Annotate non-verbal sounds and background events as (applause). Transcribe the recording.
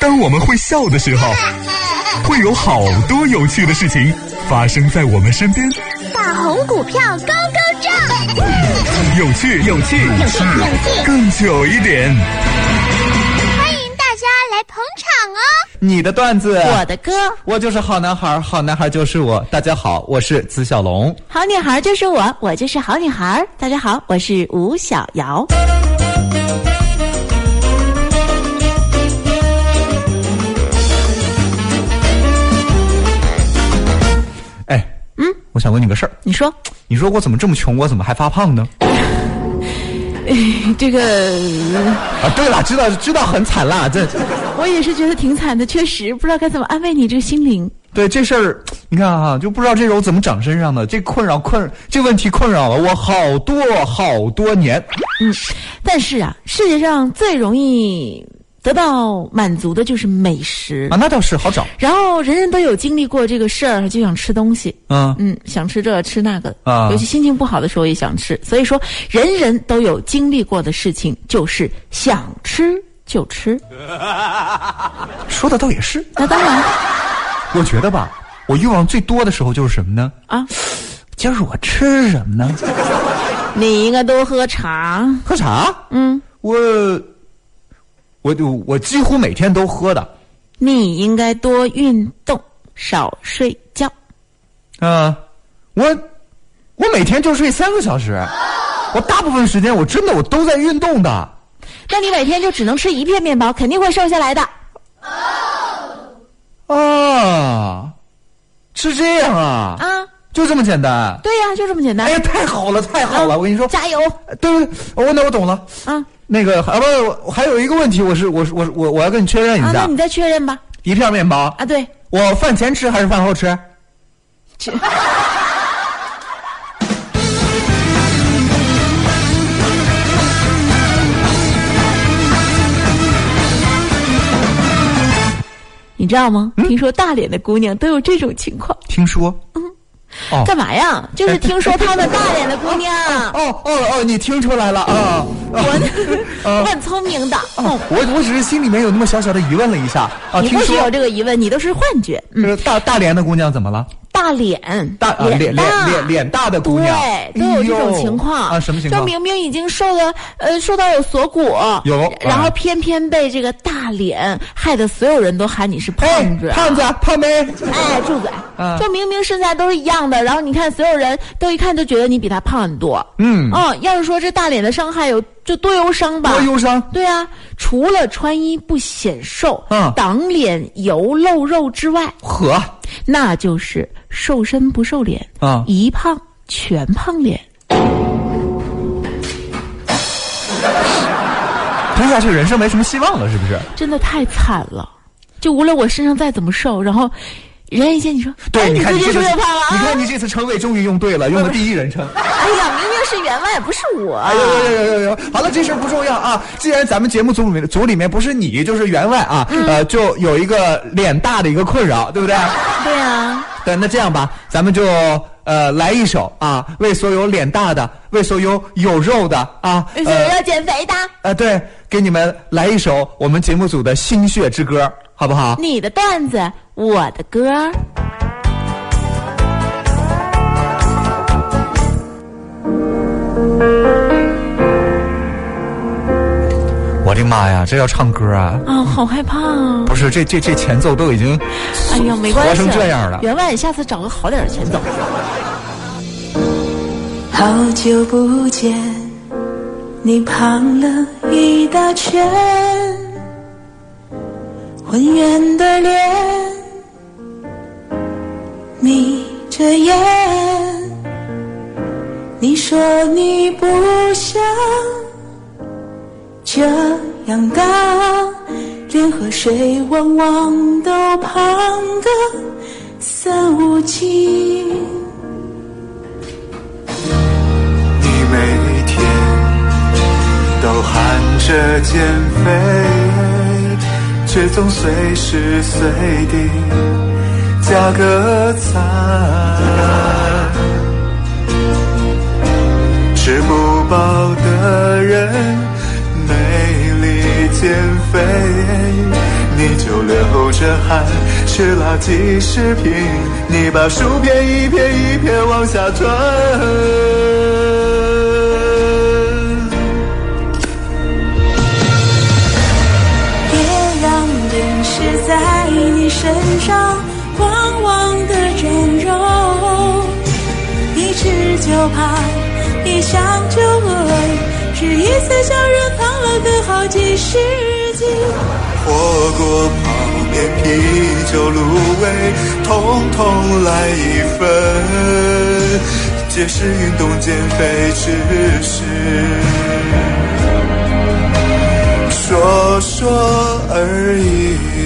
当我们会笑的时候，会有好多有趣的事情发生在我们身边。大红股票高高涨，有趣，有趣，有趣，有趣更久一点。欢迎大家来捧场哦！你的段子，我的歌，我就是好男孩，好男孩就是我。大家好，我是子小龙。好女孩就是我，我就是好女孩。大家好，我是吴小瑶。哎，嗯，我想问你个事儿，你说你说我怎么这么穷，我怎么还发胖呢？ (laughs) 这个，啊，对了，知道知道很惨啦，这我也是觉得挺惨的，确实不知道该怎么安慰你这个心灵。 (laughs) 对这事儿，你看哈、就不知道这肉怎么长身上的，这困扰困这问题困扰了我好多好多年。但是啊，世界上最容易得到满足的就是美食啊，。那倒是好找，然后人人都有经历过这个事儿，就想吃东西，嗯嗯，想吃这吃那个，啊尤其心情不好的时候也想吃。所以说，人人都有经历过的事情，就是想吃就吃。说的倒也是。那当然我觉得吧，我欲望最多的时候就是什么呢？啊，今儿我吃什么呢？你应该多喝茶。喝茶。嗯，我我我我几乎每天都喝的。你应该多运动，少睡觉。嗯，我我每天就睡三个小时，我大部分时间我真的我都在运动的。那你每天就只能吃一片面包，肯定会瘦下来的。啊，是这样啊，啊就这么简单。对呀、就这么简单。哎呀，太好了，太好了！啊我跟你说，加油！对，我那我懂了。啊那个啊，不是，我还有一个问题，我是我是我我我要跟你确认一啊，下，那你再确认吧。一片面包，啊，对，我饭前吃还是饭后吃？吃。你知道嗯吗？听说大连的姑娘都有这种情况，听说，哦干嘛呀？就是听说她们大连的姑娘， (laughs) 哦哦哦，你听出来了啊！啊我呢， (laughs) 我很聪明的，嗯哦，我我只是心里面有那么小小的疑问了一下啊，你听不许有说这个疑问，你都是幻觉。嗯这，个大大连的姑娘怎么了？大脸，大啊脸大，脸脸脸大的姑娘对，都有这哎种呦情况啊什么情况就明明已经瘦的，呃，瘦到有锁骨，有然啊后偏偏被这个大脸害得所有人都喊你是胖子。哎胖子胖妹，哎，住嘴！啊就明明身材都是一样的，然后你看所有人都一看就觉得你比他胖很多。嗯嗯，要是说这大脸的伤害有就多忧伤吧，多忧伤对啊，除了穿衣不显瘦，嗯挡脸油露肉之外，呵，那就是瘦身不瘦脸啊一胖全胖脸。听下去人生没什么希望了，是不是？真的太惨了。就无论我身上再怎么瘦，然后人一见你说，哎，对，你看最你近这个是不是又胖了啊？嗯你看你这次称谓终于用对了，用的第一人称。哎呀，明明是员外，不是我。哎呦呦呦呦呦！好了，这事儿不重要啊。既然咱们节目组里面组里面不是你就是员外啊，呃，就有一个脸大的一个困扰，对不对？对啊，对，那这样吧，咱们就呃来一首啊，为所有脸大的，为所有有肉的啊，所以呃要减肥的，呃，对，给你们来一首我们节目组的心血之歌，好不好？你的段子，我的歌儿。我的妈呀，这要唱歌啊！啊，好害怕啊！不是，这这这前奏都已经哎呀，没关系，活成这样了员外，下次找个好点儿的前奏。好久不见，你胖了一大圈，浑圆的脸，眯着眼。你说你不想这样的，连河水汪汪都胖个三五斤。你每天都喊着减肥，却总随时随地加个餐，吃不饱的人。美丽减肥，你就流着汗，吃了几十瓶，你把薯片一片一片往下吞。别让淋湿在你身上汪汪的阵容，一吃就胖，一想就饿，吃一次小人胖了个好几十斤。火锅、泡面、啤酒、卤味，统统来一份。节食运动减肥知识，说说而已。